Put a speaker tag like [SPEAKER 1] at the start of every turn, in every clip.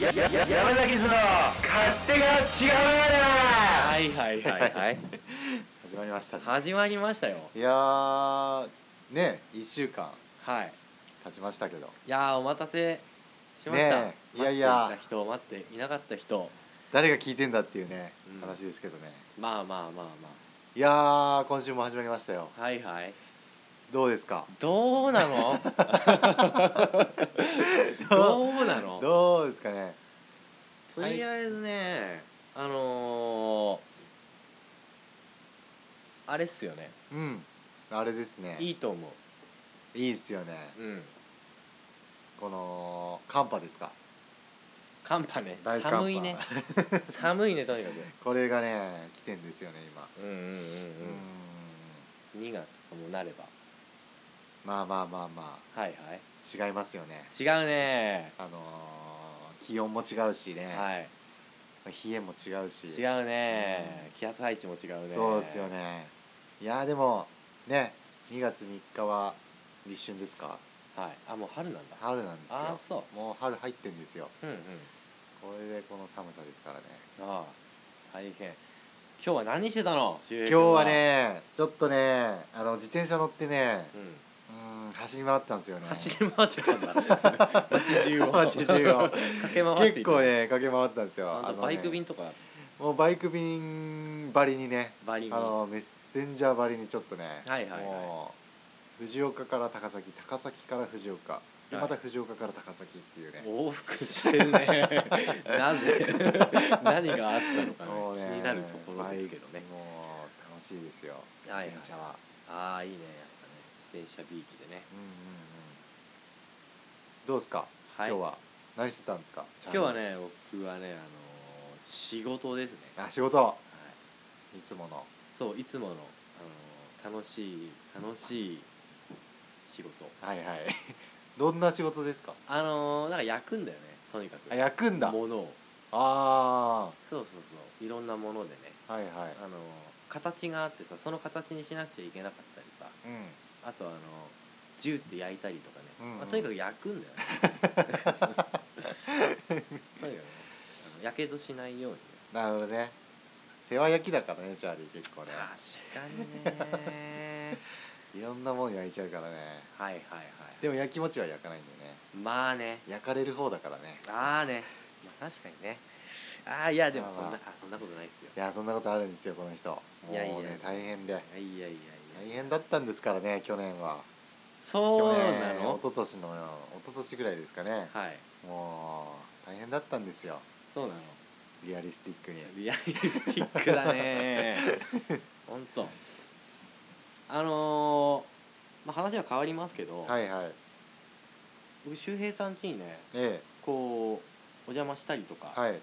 [SPEAKER 1] ややや山崎の勝手が違う
[SPEAKER 2] はいはいはいはい
[SPEAKER 3] 始まりましたね
[SPEAKER 2] 始まりましたよ
[SPEAKER 3] いやーね1週間
[SPEAKER 2] はい
[SPEAKER 3] 経ちましたけど
[SPEAKER 2] いやーお待たせしました、
[SPEAKER 3] ねえいやいや
[SPEAKER 2] 待っていた人待っていなかった人
[SPEAKER 3] 誰が聞いてんだっていうね、
[SPEAKER 2] うん
[SPEAKER 3] 話ですけどね
[SPEAKER 2] まあまあまあ
[SPEAKER 3] いやー今週も始まりましたよ
[SPEAKER 2] まあはいはい
[SPEAKER 3] どうですか
[SPEAKER 2] どうな のどうなの
[SPEAKER 3] どうですかね
[SPEAKER 2] とりあえずねあのー、あれっすよね
[SPEAKER 3] うんあれですねい
[SPEAKER 2] いいと思
[SPEAKER 3] いっすよね
[SPEAKER 2] ううん
[SPEAKER 3] この寒波ですか
[SPEAKER 2] 寒波ね
[SPEAKER 3] 大寒波
[SPEAKER 2] 寒い ね寒いねとにか
[SPEAKER 3] これがね来てんですよね今
[SPEAKER 2] くうんうんうん
[SPEAKER 3] うん
[SPEAKER 2] うん2月ともなれば
[SPEAKER 3] まあまあまあま
[SPEAKER 2] はい
[SPEAKER 3] あ違いますよね
[SPEAKER 2] はい違うね
[SPEAKER 3] あのー気温も違うしね、
[SPEAKER 2] はい
[SPEAKER 3] 冷えも違うし
[SPEAKER 2] 違うね気圧配置も違うね
[SPEAKER 3] そうですよねいやーでもね2月3日は立春ですか
[SPEAKER 2] はいあもう春なんだ
[SPEAKER 3] 春なんですよ
[SPEAKER 2] あーそ
[SPEAKER 3] もう春入ってんですよ
[SPEAKER 2] うんうん
[SPEAKER 3] これでこの寒さですからね
[SPEAKER 2] ああ大変今日は何してたの今
[SPEAKER 3] 今日はねちょっとねあの自転車乗ってね
[SPEAKER 2] う
[SPEAKER 3] うん走り回ったんですよね
[SPEAKER 2] ん走り回ってたんだ街中を
[SPEAKER 3] 街中を
[SPEAKER 2] 駆け回っ
[SPEAKER 3] 結
[SPEAKER 2] ていた
[SPEAKER 3] 構ね駆け回ったんですよ
[SPEAKER 2] あ
[SPEAKER 3] あ
[SPEAKER 2] と
[SPEAKER 3] のね
[SPEAKER 2] バイク便とか
[SPEAKER 3] もうバイク便ばりにね
[SPEAKER 2] バリに
[SPEAKER 3] あのメッセンジャーばりにちょっとね、
[SPEAKER 2] はいはいはい
[SPEAKER 3] もう藤岡から高崎高崎から藤岡で
[SPEAKER 2] は
[SPEAKER 3] ま
[SPEAKER 2] い
[SPEAKER 3] た藤岡から高崎っていうね、
[SPEAKER 2] 往復し てるねなぜ何があったのか
[SPEAKER 3] もう
[SPEAKER 2] ね気になるところですけど
[SPEAKER 3] バイ
[SPEAKER 2] ね
[SPEAKER 3] クもう楽しいですよ自
[SPEAKER 2] はいはい
[SPEAKER 3] 転車は、
[SPEAKER 2] ああいいねやっぱね電車 B 機
[SPEAKER 3] うん
[SPEAKER 2] でね
[SPEAKER 3] うんうんどうですか、
[SPEAKER 2] はい
[SPEAKER 3] 今日は何してたんですか
[SPEAKER 2] 今日はね僕はねあのー仕事ですね、
[SPEAKER 3] あ仕事
[SPEAKER 2] はい
[SPEAKER 3] いつもの
[SPEAKER 2] そういつもの、あの楽しい楽しい仕事
[SPEAKER 3] はい はいどんな仕事ですか
[SPEAKER 2] あのーなんか焼くんだよねとにか
[SPEAKER 3] あ
[SPEAKER 2] く
[SPEAKER 3] 焼くんだ
[SPEAKER 2] ものを
[SPEAKER 3] あ
[SPEAKER 2] そうそうそういろんなものでね、
[SPEAKER 3] あはいはい
[SPEAKER 2] あのー形があってさその形にしなくちゃいけなかったりさ
[SPEAKER 3] うん
[SPEAKER 2] あとあのー銃って焼いたりとかね、
[SPEAKER 3] うんうん
[SPEAKER 2] まあ、とにかく焼くんだよね とにかくねあのやけどしないようにね
[SPEAKER 3] なるほどね世話焼きだからねチャーリー結構ね
[SPEAKER 2] 確かにね
[SPEAKER 3] いろんなもん焼いちゃうからね
[SPEAKER 2] はいはいはい
[SPEAKER 3] でも焼き餅は焼かないんだよね
[SPEAKER 2] まあね
[SPEAKER 3] 焼かれる方だからね
[SPEAKER 2] ああね、まあ、確かにねああいやでもそんな
[SPEAKER 3] ま
[SPEAKER 2] あ
[SPEAKER 3] あまあ
[SPEAKER 2] そんなことないですよ
[SPEAKER 3] いやそんなことあるんですよこの人もう
[SPEAKER 2] いやいや
[SPEAKER 3] ね大変で
[SPEAKER 2] いやいやいやい
[SPEAKER 3] 大
[SPEAKER 2] や
[SPEAKER 3] 変だったんですからね去年は
[SPEAKER 2] そうな
[SPEAKER 3] 去年
[SPEAKER 2] の
[SPEAKER 3] 一昨年の一昨年ぐらいですかね
[SPEAKER 2] はい
[SPEAKER 3] もう大変だったんですよ
[SPEAKER 2] そうなの
[SPEAKER 3] リアリスティックに
[SPEAKER 2] リアリスティックだ ねほんとあのーまあ、話は変わりますけど、
[SPEAKER 3] はいはい
[SPEAKER 2] 僕周平さん家にね
[SPEAKER 3] え
[SPEAKER 2] こうお邪魔したりとか、
[SPEAKER 3] えはい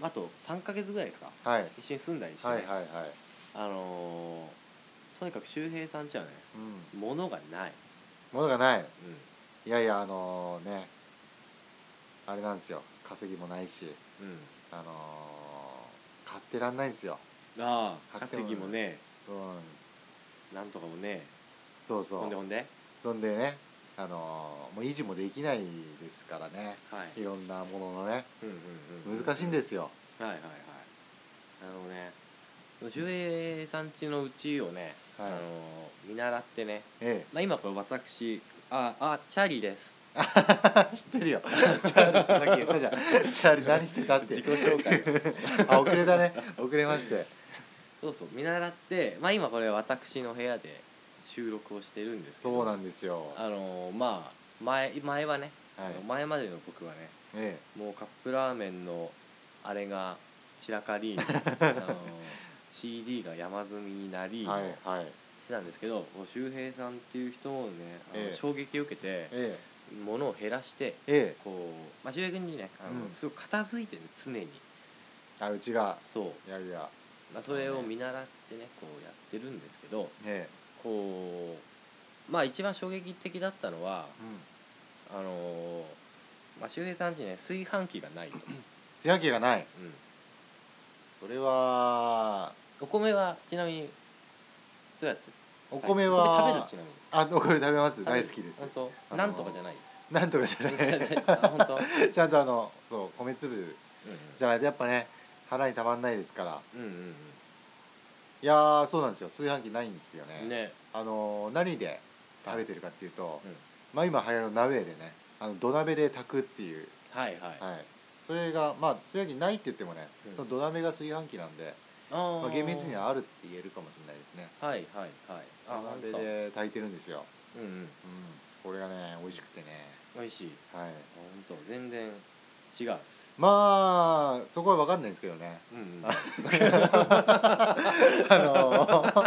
[SPEAKER 2] あと3か月ぐらいですか
[SPEAKER 3] はい
[SPEAKER 2] 一緒に住んだりして、ね
[SPEAKER 3] はいはいはい
[SPEAKER 2] あのーとにかく周平さん家はね
[SPEAKER 3] うん
[SPEAKER 2] 物がない、
[SPEAKER 3] ものがない
[SPEAKER 2] うん、
[SPEAKER 3] いやいやあのねあれなんですよ稼ぎもないし
[SPEAKER 2] う
[SPEAKER 3] あのー買ってらんないんですよ
[SPEAKER 2] ん、ああ
[SPEAKER 3] 買っても
[SPEAKER 2] 稼ぎもね
[SPEAKER 3] うん
[SPEAKER 2] なんとかもね
[SPEAKER 3] そうそ
[SPEAKER 2] ほんでほ
[SPEAKER 3] うん
[SPEAKER 2] で
[SPEAKER 3] そんでねあのーもう維持もできないですからね
[SPEAKER 2] はい
[SPEAKER 3] いろんなもののね
[SPEAKER 2] うんうんうん
[SPEAKER 3] 難しいんですよ
[SPEAKER 2] はいはいはいあのね周平さん家のうちをね、
[SPEAKER 3] はい
[SPEAKER 2] あの見習ってね、
[SPEAKER 3] え
[SPEAKER 2] まあ、今これ私ああチャーリーです
[SPEAKER 3] え知ってるよチャーリーさっき言ったじゃんチャーリー何してたって
[SPEAKER 2] 自己紹 介
[SPEAKER 3] あ遅れたね遅れまして
[SPEAKER 2] そうそう見習って、まあ、今これ私の部屋で収録をしてるんですけど
[SPEAKER 3] そうなんですよは
[SPEAKER 2] あのまあ前前はね、
[SPEAKER 3] い
[SPEAKER 2] あの前までの僕はね
[SPEAKER 3] え
[SPEAKER 2] もうカップラーメンのあれが散 らかりあの CD が山積みにな
[SPEAKER 3] え
[SPEAKER 2] り、
[SPEAKER 3] はいはい
[SPEAKER 2] してたんですけどこう周平さんっていう人をねあの、
[SPEAKER 3] ええ
[SPEAKER 2] 衝撃を受けて
[SPEAKER 3] ええ
[SPEAKER 2] 物を減らして
[SPEAKER 3] え
[SPEAKER 2] こう、まあ、周平君にねあの、
[SPEAKER 3] うん
[SPEAKER 2] すごく片付いてね常に
[SPEAKER 3] えあうちが
[SPEAKER 2] そう、
[SPEAKER 3] いやいや
[SPEAKER 2] まあ、それを見習ってねこうやってるんですけど
[SPEAKER 3] え
[SPEAKER 2] こうまあ一番衝撃的だったのは
[SPEAKER 3] えうん
[SPEAKER 2] あのーまあ、周平さんちね炊飯器が ないと、
[SPEAKER 3] つや気がない
[SPEAKER 2] うん
[SPEAKER 3] それは
[SPEAKER 2] お米はちなみにどうやって
[SPEAKER 3] お米は
[SPEAKER 2] お米食べるちなみに
[SPEAKER 3] あお米食べます
[SPEAKER 2] 食べ
[SPEAKER 3] 大
[SPEAKER 2] る
[SPEAKER 3] 好きです
[SPEAKER 2] 本当、
[SPEAKER 3] あのー
[SPEAKER 2] なんとかじゃない
[SPEAKER 3] なんとかじゃない
[SPEAKER 2] あ本当
[SPEAKER 3] ちゃんとあのそう米粒
[SPEAKER 2] う
[SPEAKER 3] じゃないとやっぱね腹にたまんないですから
[SPEAKER 2] んうん
[SPEAKER 3] いやーそうなんですよ炊飯器ないんですよね
[SPEAKER 2] うんね
[SPEAKER 3] あのー何で食べてるかっていうと、
[SPEAKER 2] うん
[SPEAKER 3] まあ今流行る鍋でねあの土鍋で炊くっていう、
[SPEAKER 2] はいはい
[SPEAKER 3] はい、それがまあ炊飯器ないって言ってもね、
[SPEAKER 2] うん
[SPEAKER 3] その土鍋が炊飯器なんで、
[SPEAKER 2] あ
[SPEAKER 3] まあ、
[SPEAKER 2] ー
[SPEAKER 3] 厳密にはあるって言えるかもしれないですね
[SPEAKER 2] はいはいはいあ
[SPEAKER 3] 土
[SPEAKER 2] 本当
[SPEAKER 3] 鍋で炊いてるんですよ、
[SPEAKER 2] うんうん
[SPEAKER 3] うん、これがね美味しくてね
[SPEAKER 2] 美味しい
[SPEAKER 3] はい
[SPEAKER 2] 本当全然違う
[SPEAKER 3] まあそこは分かんないんですけどね
[SPEAKER 2] うんうん
[SPEAKER 3] ああのー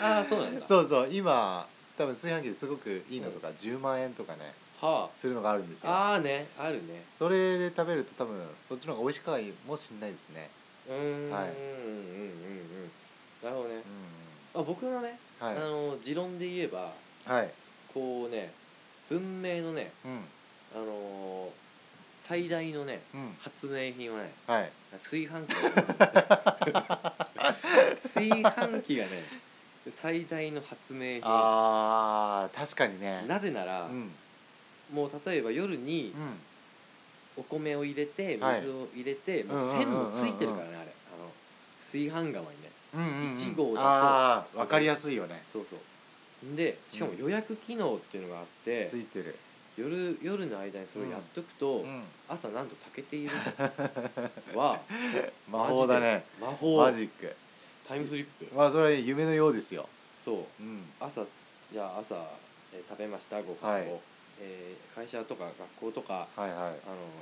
[SPEAKER 2] ああそうなんだ
[SPEAKER 3] そうそう今多分炊飯器ですごくいいのとか10万円とかね
[SPEAKER 2] は
[SPEAKER 3] するのがあるんです
[SPEAKER 2] あ
[SPEAKER 3] よ
[SPEAKER 2] ああねあるね
[SPEAKER 3] それで食べると多分そっちの方が美味しくはいいもしんないですね
[SPEAKER 2] うーん、
[SPEAKER 3] はい
[SPEAKER 2] うんうんうんうんなるほどねあ僕のね、
[SPEAKER 3] うんは
[SPEAKER 2] あの持論で言えば
[SPEAKER 3] いはい
[SPEAKER 2] こうね文明のね
[SPEAKER 3] うん
[SPEAKER 2] あのー最大のね
[SPEAKER 3] うん
[SPEAKER 2] 発明品はね
[SPEAKER 3] はい
[SPEAKER 2] 炊 飯器炊飯器がね最大の発明品
[SPEAKER 3] あー確かにね
[SPEAKER 2] なぜなら、
[SPEAKER 3] うん
[SPEAKER 2] もう例えば夜に
[SPEAKER 3] うん
[SPEAKER 2] お米を入れて
[SPEAKER 3] はい
[SPEAKER 2] 水を入れて、もう
[SPEAKER 3] うんうんうんうん
[SPEAKER 2] 線もついてるからねあれあの炊飯釜にね
[SPEAKER 3] うんうんうん
[SPEAKER 2] 一号だと
[SPEAKER 3] ああ分かりやすいよね
[SPEAKER 2] そうそうでしかも予約機能っていうのがあって、
[SPEAKER 3] ついてる
[SPEAKER 2] 夜夜の間にそれをやっとくと、
[SPEAKER 3] うん
[SPEAKER 2] 朝なんと炊けているは
[SPEAKER 3] 魔法だね
[SPEAKER 2] マジで魔法
[SPEAKER 3] マジック
[SPEAKER 2] タイムスリップ
[SPEAKER 3] まあそれは夢のようですよ
[SPEAKER 2] そう
[SPEAKER 3] うん
[SPEAKER 2] 朝じゃあ朝、えー食べましたご飯を、
[SPEAKER 3] はい
[SPEAKER 2] えー会社とか学校とか
[SPEAKER 3] はいはい
[SPEAKER 2] あの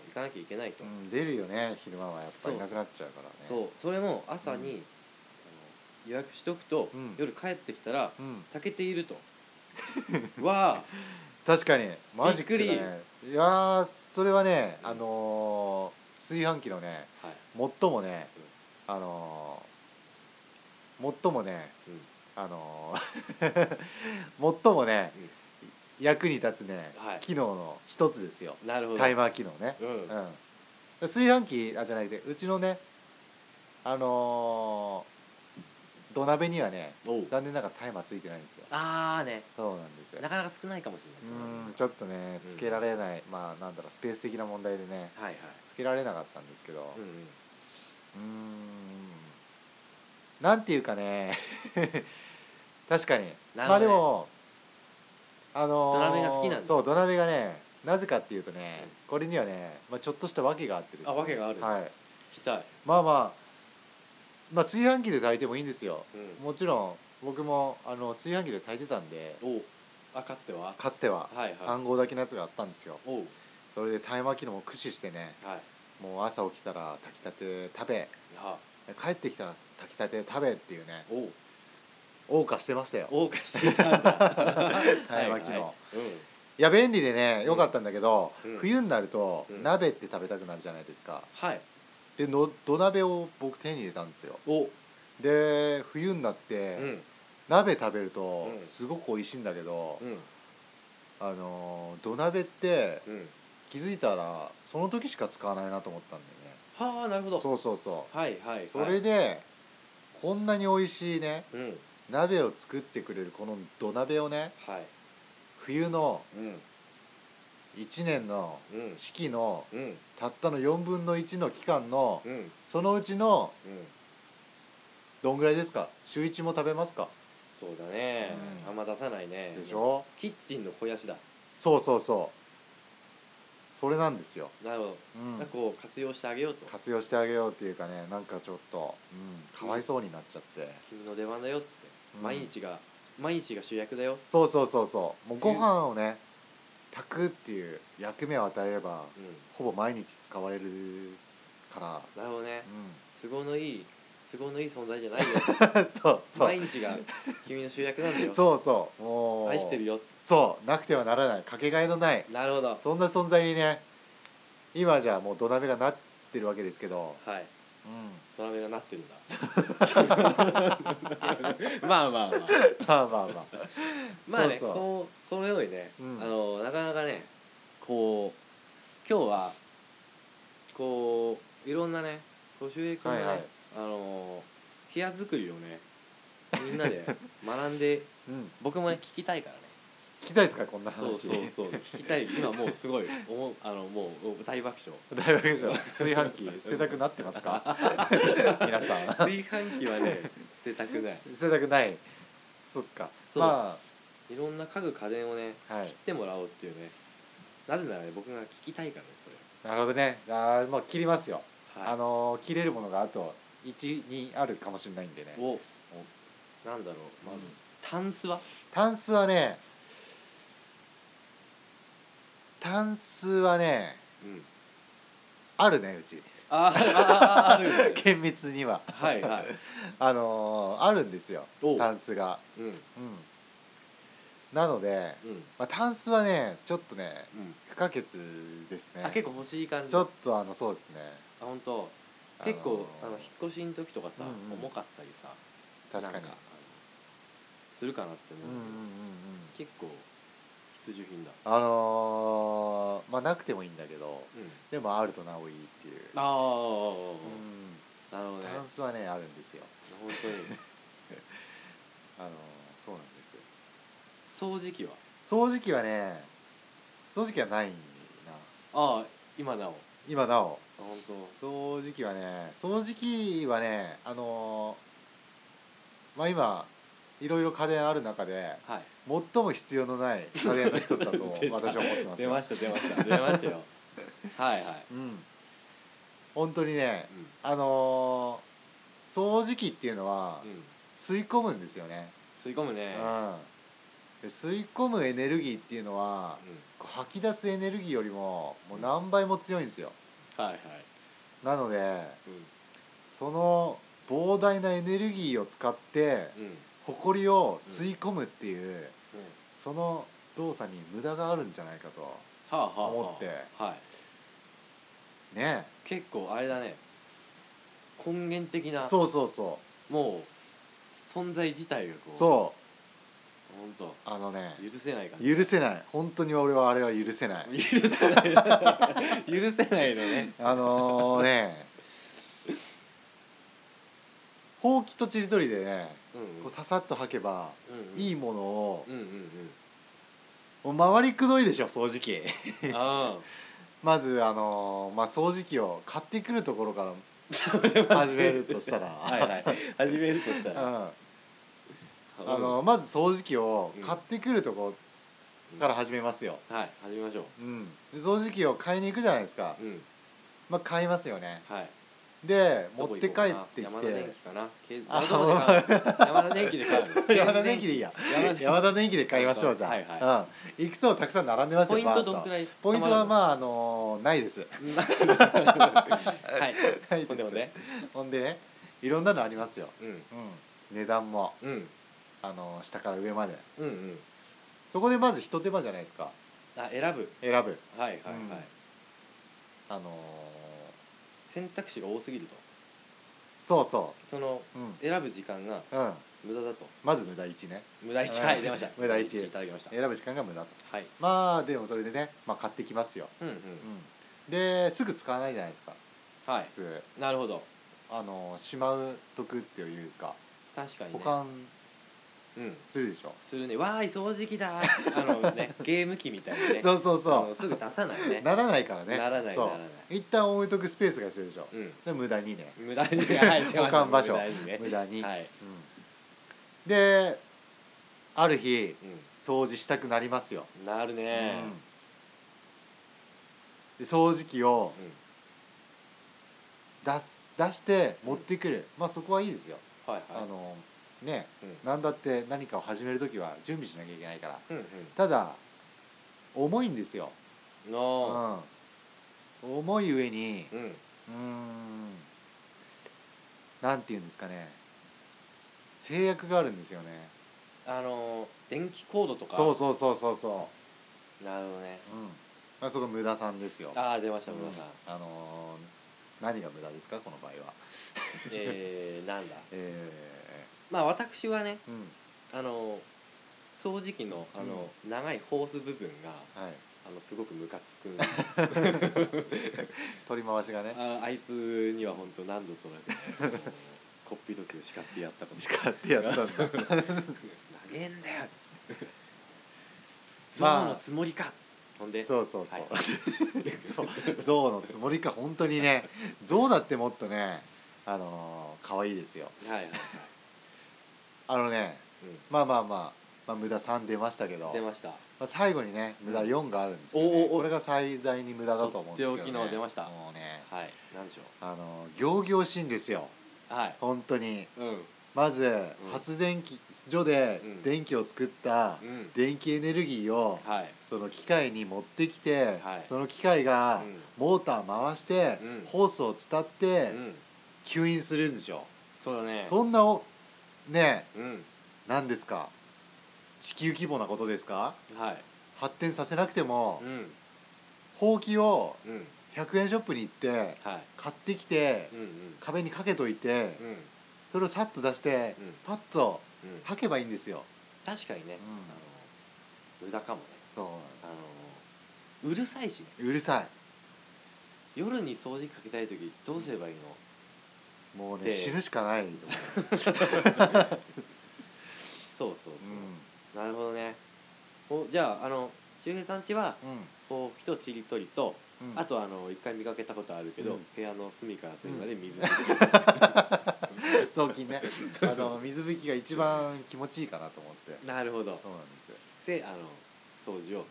[SPEAKER 2] 行かなきゃいけないと、
[SPEAKER 3] うん出るよね昼間はやっぱりなくなっちゃうからね
[SPEAKER 2] そうそれも朝に、
[SPEAKER 3] うん
[SPEAKER 2] あの予約しとくと、
[SPEAKER 3] うん
[SPEAKER 2] 夜帰ってきたら
[SPEAKER 3] うん
[SPEAKER 2] 炊けて いるとわ
[SPEAKER 3] 確かにマジックだ
[SPEAKER 2] びっ
[SPEAKER 3] ねいやーそれはね
[SPEAKER 2] うん
[SPEAKER 3] あのー炊飯器のね
[SPEAKER 2] あはい、
[SPEAKER 3] 最もねあのー最もね
[SPEAKER 2] うん
[SPEAKER 3] あのー 最もね役に立つね
[SPEAKER 2] はい
[SPEAKER 3] 機能の一つですよ
[SPEAKER 2] なるほど
[SPEAKER 3] タイマー機能ね
[SPEAKER 2] うん、
[SPEAKER 3] うん炊飯器あじゃなくてうちのねあのー土鍋にはね
[SPEAKER 2] おう
[SPEAKER 3] 残念ながらタイマーついてないんですよ
[SPEAKER 2] ああね
[SPEAKER 3] そうなんですよ
[SPEAKER 2] なかなか少ないかもしれない
[SPEAKER 3] うんちょっとね
[SPEAKER 2] うん
[SPEAKER 3] つけられない、まあなんだろうスペース的な問題でね
[SPEAKER 2] はいはい
[SPEAKER 3] つけられなかったんですけど
[SPEAKER 2] うんうん
[SPEAKER 3] うーんなんていうかね 確かに、
[SPEAKER 2] なるほどね
[SPEAKER 3] まあでもあのー
[SPEAKER 2] 土鍋が好きなんだ
[SPEAKER 3] そう土鍋がねなぜかっていうとね、これにはね、まあ、ちょっとした訳があってですね
[SPEAKER 2] あ訳がある
[SPEAKER 3] はい、
[SPEAKER 2] 聞きたい、
[SPEAKER 3] まあまあまあ炊飯器で炊いてもいいんですよ
[SPEAKER 2] うん、
[SPEAKER 3] もちろん僕もあの炊飯器で炊いてたんで
[SPEAKER 2] おうあかつては
[SPEAKER 3] かつては
[SPEAKER 2] はいはい
[SPEAKER 3] 3合炊きのやつがあったんですよ、
[SPEAKER 2] おう
[SPEAKER 3] それでタイマー機能も駆使してね
[SPEAKER 2] はい
[SPEAKER 3] もう朝起きたら炊きたて食べ
[SPEAKER 2] は
[SPEAKER 3] 帰ってきたら炊きたて食べっていうね
[SPEAKER 2] おう
[SPEAKER 3] 謳歌してま したよ
[SPEAKER 2] 謳歌していたんだ
[SPEAKER 3] タイマー機能、
[SPEAKER 2] はい
[SPEAKER 3] い
[SPEAKER 2] はい
[SPEAKER 3] や便利でねよかったんだけど、
[SPEAKER 2] うん
[SPEAKER 3] 冬になると
[SPEAKER 2] うん
[SPEAKER 3] 鍋って食べたくなるじゃないですか
[SPEAKER 2] はい
[SPEAKER 3] での土鍋を僕手に入れたんですよ
[SPEAKER 2] おう
[SPEAKER 3] で冬になって、
[SPEAKER 2] うん
[SPEAKER 3] 鍋食べると
[SPEAKER 2] うん
[SPEAKER 3] すごく美味しいんだけど、
[SPEAKER 2] うん
[SPEAKER 3] あのー土鍋って
[SPEAKER 2] うん
[SPEAKER 3] 気づいたらその時しか使わないなと思ったんだよね
[SPEAKER 2] はあなるほど
[SPEAKER 3] そうそうそ
[SPEAKER 2] はいはいはいう
[SPEAKER 3] それでこんなに美味しいね
[SPEAKER 2] うん
[SPEAKER 3] 鍋を作ってくれるこの土鍋をね
[SPEAKER 2] はい
[SPEAKER 3] 冬の
[SPEAKER 2] うん
[SPEAKER 3] 1年の
[SPEAKER 2] うん
[SPEAKER 3] 四季の
[SPEAKER 2] うん
[SPEAKER 3] たったの4分の1の期間の
[SPEAKER 2] うん
[SPEAKER 3] そのうちの
[SPEAKER 2] うん
[SPEAKER 3] どんぐらいですか週1も食べますか
[SPEAKER 2] そうだね、
[SPEAKER 3] うん
[SPEAKER 2] あんま出さないね
[SPEAKER 3] でしょ
[SPEAKER 2] キッチンの肥やしだ
[SPEAKER 3] そうそうそうそれなんですよ、
[SPEAKER 2] なるほど、
[SPEAKER 3] う
[SPEAKER 2] な
[SPEAKER 3] ん
[SPEAKER 2] んか、こう活用してあげようと
[SPEAKER 3] 活用してあげようっていうかねなんかちょっと、うん、かわいそうになっちゃって、
[SPEAKER 2] 君の出番だよっつって、
[SPEAKER 3] うん
[SPEAKER 2] 毎日が毎日が主役だよ、
[SPEAKER 3] そうそうそうそうもうご飯をね炊くっていう役目を与えれば
[SPEAKER 2] うん、
[SPEAKER 3] ほぼ毎日使われるから、
[SPEAKER 2] なるほどね
[SPEAKER 3] う
[SPEAKER 2] 都合のいい都合のいい存在じゃないよ
[SPEAKER 3] ん、そう そう
[SPEAKER 2] 毎日が君の主役なんだよ
[SPEAKER 3] そうそうもう
[SPEAKER 2] 愛してるよ
[SPEAKER 3] そうなくてはならないかけがえのない
[SPEAKER 2] なるほど
[SPEAKER 3] そんな存在にね今じゃもう土鍋がなってるわけですけど、
[SPEAKER 2] はい
[SPEAKER 3] うん、
[SPEAKER 2] トラメがなってるんだ まあまあまあ
[SPEAKER 3] まあまあまあ
[SPEAKER 2] まあね
[SPEAKER 3] そうそう
[SPEAKER 2] こうこのようにね、
[SPEAKER 3] うん
[SPEAKER 2] あのなかなかねこう今日はこういろんなねご収益のね、
[SPEAKER 3] はいはい
[SPEAKER 2] あの部屋作りをねみんなで学んで
[SPEAKER 3] うん
[SPEAKER 2] 僕もね聞きたいからね
[SPEAKER 3] 聞きたいですかこんな
[SPEAKER 2] そう
[SPEAKER 3] 話
[SPEAKER 2] そうそう聞きたい今もうすごい思うあのもう大爆笑
[SPEAKER 3] 大爆笑炊飯器捨てたくなってます か皆さん
[SPEAKER 2] 炊飯器はね捨てたくない
[SPEAKER 3] 捨てたくないそっか
[SPEAKER 2] そう
[SPEAKER 3] ま
[SPEAKER 2] いろんな家具家電をね
[SPEAKER 3] あはい
[SPEAKER 2] 切ってもらおうっていうねなぜならね僕が聞きたいからね
[SPEAKER 3] なるほどねあーもう切りますよ、
[SPEAKER 2] それ
[SPEAKER 3] あ
[SPEAKER 2] は
[SPEAKER 3] のー切れるものがあと12あるかもしれないんでね
[SPEAKER 2] い、、をなんだろうまずタンスは
[SPEAKER 3] タンスはねタンスはね
[SPEAKER 2] うん
[SPEAKER 3] あるねう ち
[SPEAKER 2] あーあーあーあるよね
[SPEAKER 3] 厳密には
[SPEAKER 2] はいはい
[SPEAKER 3] あのーあるんですよ
[SPEAKER 2] おう
[SPEAKER 3] タンスが
[SPEAKER 2] うんうん
[SPEAKER 3] うんなので、まあ、タンスはねちょっとね
[SPEAKER 2] うん
[SPEAKER 3] 不可欠ですね
[SPEAKER 2] あ結構欲しい感じ
[SPEAKER 3] ちょっとあのそうですね
[SPEAKER 2] あ本当
[SPEAKER 3] あの
[SPEAKER 2] 結構あの引っ越しの時とか
[SPEAKER 3] う
[SPEAKER 2] さ、
[SPEAKER 3] んうん
[SPEAKER 2] 重かったりさ
[SPEAKER 3] 確かに
[SPEAKER 2] なんあのするかなって思う
[SPEAKER 3] うんんうんうんう
[SPEAKER 2] だ
[SPEAKER 3] ん
[SPEAKER 2] けど、結構必需品だ、
[SPEAKER 3] あのーまあなくてもいいんだけど
[SPEAKER 2] うん、
[SPEAKER 3] でもあるとなおいいっていう、
[SPEAKER 2] ああ、
[SPEAKER 3] う
[SPEAKER 2] なるほど
[SPEAKER 3] ん、
[SPEAKER 2] ね
[SPEAKER 3] タンスはねあるんですよ
[SPEAKER 2] 本
[SPEAKER 3] あのーそうなんですよ
[SPEAKER 2] 当に掃除機は
[SPEAKER 3] 掃除機はね掃除機はないな
[SPEAKER 2] ああ今なおあ
[SPEAKER 3] 今なお
[SPEAKER 2] 本当
[SPEAKER 3] 掃除機はね掃除機はねあのーまあ今いろいろ家電ある中で
[SPEAKER 2] はい
[SPEAKER 3] 最も必要のない家電の一つだと
[SPEAKER 2] 出た
[SPEAKER 3] 私は思ってます
[SPEAKER 2] 出
[SPEAKER 3] よ
[SPEAKER 2] ました出ました出まし たよはいはい、
[SPEAKER 3] うん本当にね
[SPEAKER 2] うん
[SPEAKER 3] あのー掃除機っていうのは
[SPEAKER 2] うん、
[SPEAKER 3] 吸い込むんですよね、
[SPEAKER 2] 吸い込むね
[SPEAKER 3] うん、で吸い込むエネルギーっていうのは
[SPEAKER 2] う
[SPEAKER 3] こう吐き出すエネルギーよりももう何倍も強いんですよ
[SPEAKER 2] ん、はいはい、
[SPEAKER 3] なので
[SPEAKER 2] う
[SPEAKER 3] その膨大なエネルギーを使って
[SPEAKER 2] んうん
[SPEAKER 3] 埃を吸い込むっていう、その動作に無駄があるんじゃないかと
[SPEAKER 2] はあはあ、はあ、
[SPEAKER 3] 思って
[SPEAKER 2] はい
[SPEAKER 3] ね
[SPEAKER 2] 結構あれだね根源的な
[SPEAKER 3] そうそうそ
[SPEAKER 2] もう存在自体がこ
[SPEAKER 3] う
[SPEAKER 2] う
[SPEAKER 3] そ
[SPEAKER 2] 本当
[SPEAKER 3] うあのね
[SPEAKER 2] 許せない感じ
[SPEAKER 3] 許せない本当に俺はあれは許せない
[SPEAKER 2] 許せない 許せないの ね
[SPEAKER 3] あのー、ねほうきとちりとりでね
[SPEAKER 2] うん
[SPEAKER 3] こうささっと吐けば
[SPEAKER 2] うんうん
[SPEAKER 3] いいものを
[SPEAKER 2] うんうん
[SPEAKER 3] もう回りくどいでしょ掃除機
[SPEAKER 2] うんあ
[SPEAKER 3] まずあのーまあ掃除機を買ってくるところ から
[SPEAKER 2] あ
[SPEAKER 3] 始めるとしたら
[SPEAKER 2] は いはい始めるとしたら
[SPEAKER 3] うんあのまず掃除機を買ってくるとこから始めますよ、
[SPEAKER 2] うんはい始めましょ
[SPEAKER 3] うん、で掃除機を買いに行くじゃないですか、
[SPEAKER 2] ううん
[SPEAKER 3] まあ、買いますよね
[SPEAKER 2] はい
[SPEAKER 3] で持
[SPEAKER 2] ど
[SPEAKER 3] っ
[SPEAKER 2] こ
[SPEAKER 3] て
[SPEAKER 2] 行
[SPEAKER 3] 帰
[SPEAKER 2] こうかな
[SPEAKER 3] ってき
[SPEAKER 2] 山田電
[SPEAKER 3] て
[SPEAKER 2] 機かなけ
[SPEAKER 3] あ
[SPEAKER 2] どこで買う山田電機で買う
[SPEAKER 3] 山田電機でいいや
[SPEAKER 2] 山田
[SPEAKER 3] 山田電機で買いましょうじゃあ、
[SPEAKER 2] はい
[SPEAKER 3] うん、行くとたくさん並んでますよ
[SPEAKER 2] ポイントど
[SPEAKER 3] バーッ
[SPEAKER 2] ん
[SPEAKER 3] と
[SPEAKER 2] くらい
[SPEAKER 3] ポイントはまああのーないです
[SPEAKER 2] あはい
[SPEAKER 3] ない
[SPEAKER 2] ほんでもね
[SPEAKER 3] ほんでねいろんなのありますよ、
[SPEAKER 2] うん
[SPEAKER 3] うん、値段も、
[SPEAKER 2] うん
[SPEAKER 3] あのー下から上まで
[SPEAKER 2] うんうん
[SPEAKER 3] そこでまず一手間じゃないですか
[SPEAKER 2] あ選ぶ
[SPEAKER 3] 選ぶ
[SPEAKER 2] はいはい
[SPEAKER 3] うん
[SPEAKER 2] はい
[SPEAKER 3] あのー
[SPEAKER 2] 選択肢が多すぎると
[SPEAKER 3] そうそ
[SPEAKER 2] その
[SPEAKER 3] ううん
[SPEAKER 2] 選ぶ時間が
[SPEAKER 3] うん
[SPEAKER 2] 無駄だと
[SPEAKER 3] まず無駄1ね
[SPEAKER 2] 無駄一はい出ました
[SPEAKER 3] 無駄一
[SPEAKER 2] 一いただきました
[SPEAKER 3] 選ぶ時間が無駄
[SPEAKER 2] はい
[SPEAKER 3] まあでもそれでね、まあ、買ってきますよ、
[SPEAKER 2] うんうん
[SPEAKER 3] うん、ですぐ使わないじゃないですか
[SPEAKER 2] はい
[SPEAKER 3] 普通
[SPEAKER 2] なるほど
[SPEAKER 3] あのしまうとくっていうか
[SPEAKER 2] 確かに
[SPEAKER 3] 保
[SPEAKER 2] ね
[SPEAKER 3] 管
[SPEAKER 2] うん
[SPEAKER 3] するでしょ、
[SPEAKER 2] するねわーい掃除機だーあの ねゲーム機みたいにね
[SPEAKER 3] そうそう
[SPEAKER 2] あ
[SPEAKER 3] そ
[SPEAKER 2] のすぐ出さないね
[SPEAKER 3] うならないからね
[SPEAKER 2] ならない
[SPEAKER 3] そう
[SPEAKER 2] ならない
[SPEAKER 3] 一旦置いとくスペースが必要でしょ、
[SPEAKER 2] うん
[SPEAKER 3] で無駄に ね
[SPEAKER 2] 無駄に入ってま
[SPEAKER 3] 保
[SPEAKER 2] す
[SPEAKER 3] 管場所
[SPEAKER 2] 無駄にね
[SPEAKER 3] 無駄に、
[SPEAKER 2] はい
[SPEAKER 3] うん、である日
[SPEAKER 2] う
[SPEAKER 3] 掃除したくなりますよ、
[SPEAKER 2] んなるね
[SPEAKER 3] うんで掃除機を
[SPEAKER 2] うん
[SPEAKER 3] 出す出して持ってくる、まあそこはいいですよ、
[SPEAKER 2] はい
[SPEAKER 3] あ
[SPEAKER 2] は
[SPEAKER 3] のね
[SPEAKER 2] いうん
[SPEAKER 3] 何だって何かを始める時は準備しなきゃいけないから
[SPEAKER 2] うん
[SPEAKER 3] ただ重いんですよ、
[SPEAKER 2] うんの
[SPEAKER 3] うん、重い上に
[SPEAKER 2] うん
[SPEAKER 3] うーんなんていうんですかね制約があるんですよね
[SPEAKER 2] あのー電気コードとか
[SPEAKER 3] そうそうそうそうそ
[SPEAKER 2] なるほどね
[SPEAKER 3] う、うんまあ、そこ無駄さんですよ
[SPEAKER 2] ああ出ました
[SPEAKER 3] うん
[SPEAKER 2] 無駄さん
[SPEAKER 3] あのー何が無駄ですかこの場合は
[SPEAKER 2] えーなんだ
[SPEAKER 3] え
[SPEAKER 2] まあ私はね
[SPEAKER 3] ー、うん
[SPEAKER 2] あの掃除機のあの、長いホース部分が
[SPEAKER 3] はい
[SPEAKER 2] あのすごくムカつくん で
[SPEAKER 3] 取り回しがね
[SPEAKER 2] ああいつには本当何度となくねあのこっぴどく叱ってや ったこと
[SPEAKER 3] 叱ってやったんだ
[SPEAKER 2] 投げんだよゾウのつもりかほんで
[SPEAKER 3] そうそうそう、
[SPEAKER 2] はい
[SPEAKER 3] そう象のつもりか本当にね象だってもっとねあのー、可愛いですよ
[SPEAKER 2] はいはい
[SPEAKER 3] あのね、
[SPEAKER 2] うん
[SPEAKER 3] まあまあまあ、まあ、無駄3出ましたけど
[SPEAKER 2] 出ました
[SPEAKER 3] まあ、最後にね無駄4があるんですけど、ね
[SPEAKER 2] おおお
[SPEAKER 3] これが最大に無駄だと思うんですけど、ね、
[SPEAKER 2] とっておきの出ました
[SPEAKER 3] もうね
[SPEAKER 2] はいなんでしょ
[SPEAKER 3] あの行々しいんですよ
[SPEAKER 2] うはい
[SPEAKER 3] 本当に
[SPEAKER 2] うん
[SPEAKER 3] まず、発電機所で
[SPEAKER 2] うん
[SPEAKER 3] 電気を作った
[SPEAKER 2] うん
[SPEAKER 3] 電気エネルギーを、
[SPEAKER 2] はい
[SPEAKER 3] その機械に持ってきて、
[SPEAKER 2] はい
[SPEAKER 3] その機械が
[SPEAKER 2] うん
[SPEAKER 3] モーター回して、
[SPEAKER 2] うん
[SPEAKER 3] ホースを伝って
[SPEAKER 2] うん
[SPEAKER 3] 吸引するんでしょ、
[SPEAKER 2] そうだね
[SPEAKER 3] そんなおね
[SPEAKER 2] うん
[SPEAKER 3] 何ですか地球規模なことですか
[SPEAKER 2] はい
[SPEAKER 3] 発展させなくても、
[SPEAKER 2] うん
[SPEAKER 3] ほうきを
[SPEAKER 2] うん
[SPEAKER 3] 100円ショップに行って
[SPEAKER 2] はい
[SPEAKER 3] 買ってきて、
[SPEAKER 2] うんうん
[SPEAKER 3] 壁にかけといて、
[SPEAKER 2] うん
[SPEAKER 3] それをさっと出して、
[SPEAKER 2] うん
[SPEAKER 3] パッと
[SPEAKER 2] うん
[SPEAKER 3] 吐けばいいんですよ、
[SPEAKER 2] 確かにね
[SPEAKER 3] うん
[SPEAKER 2] あの無駄かもね
[SPEAKER 3] そう
[SPEAKER 2] あのうるさいしね
[SPEAKER 3] うるさ
[SPEAKER 2] 夜に掃除機かけたい時どうすればいいの
[SPEAKER 3] いもうね
[SPEAKER 2] で
[SPEAKER 3] 死ぬしかないと思
[SPEAKER 2] そうそうそう
[SPEAKER 3] う、
[SPEAKER 2] うなるほどねおじゃああの周平さんちは
[SPEAKER 3] うん
[SPEAKER 2] こう木とちりとりと
[SPEAKER 3] うん
[SPEAKER 2] あとあの一回見かけたことあるけど、
[SPEAKER 3] うん
[SPEAKER 2] 部屋の隅から隅まで水、
[SPEAKER 3] 雑巾ねあの水拭きが一番気持ちいいかなと思って
[SPEAKER 2] なるほど
[SPEAKER 3] そうなんですよ、
[SPEAKER 2] であの掃除を